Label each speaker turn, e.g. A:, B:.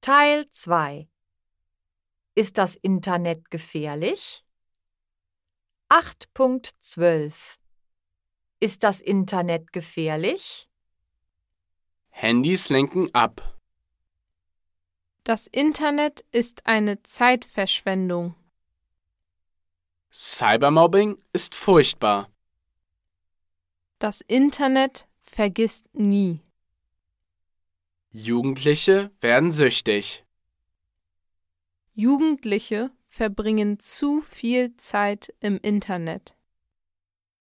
A: Teil 2 Ist das Internet gefährlich? 8.12 Ist das Internet gefährlich?
B: Handys lenken ab.
C: Das Internet ist eine Zeitverschwendung.
B: Cybermobbing ist furchtbar.
C: Das Internet vergisst nie.
B: Jugendliche werden süchtig.
C: Jugendliche verbringen zu viel Zeit im Internet.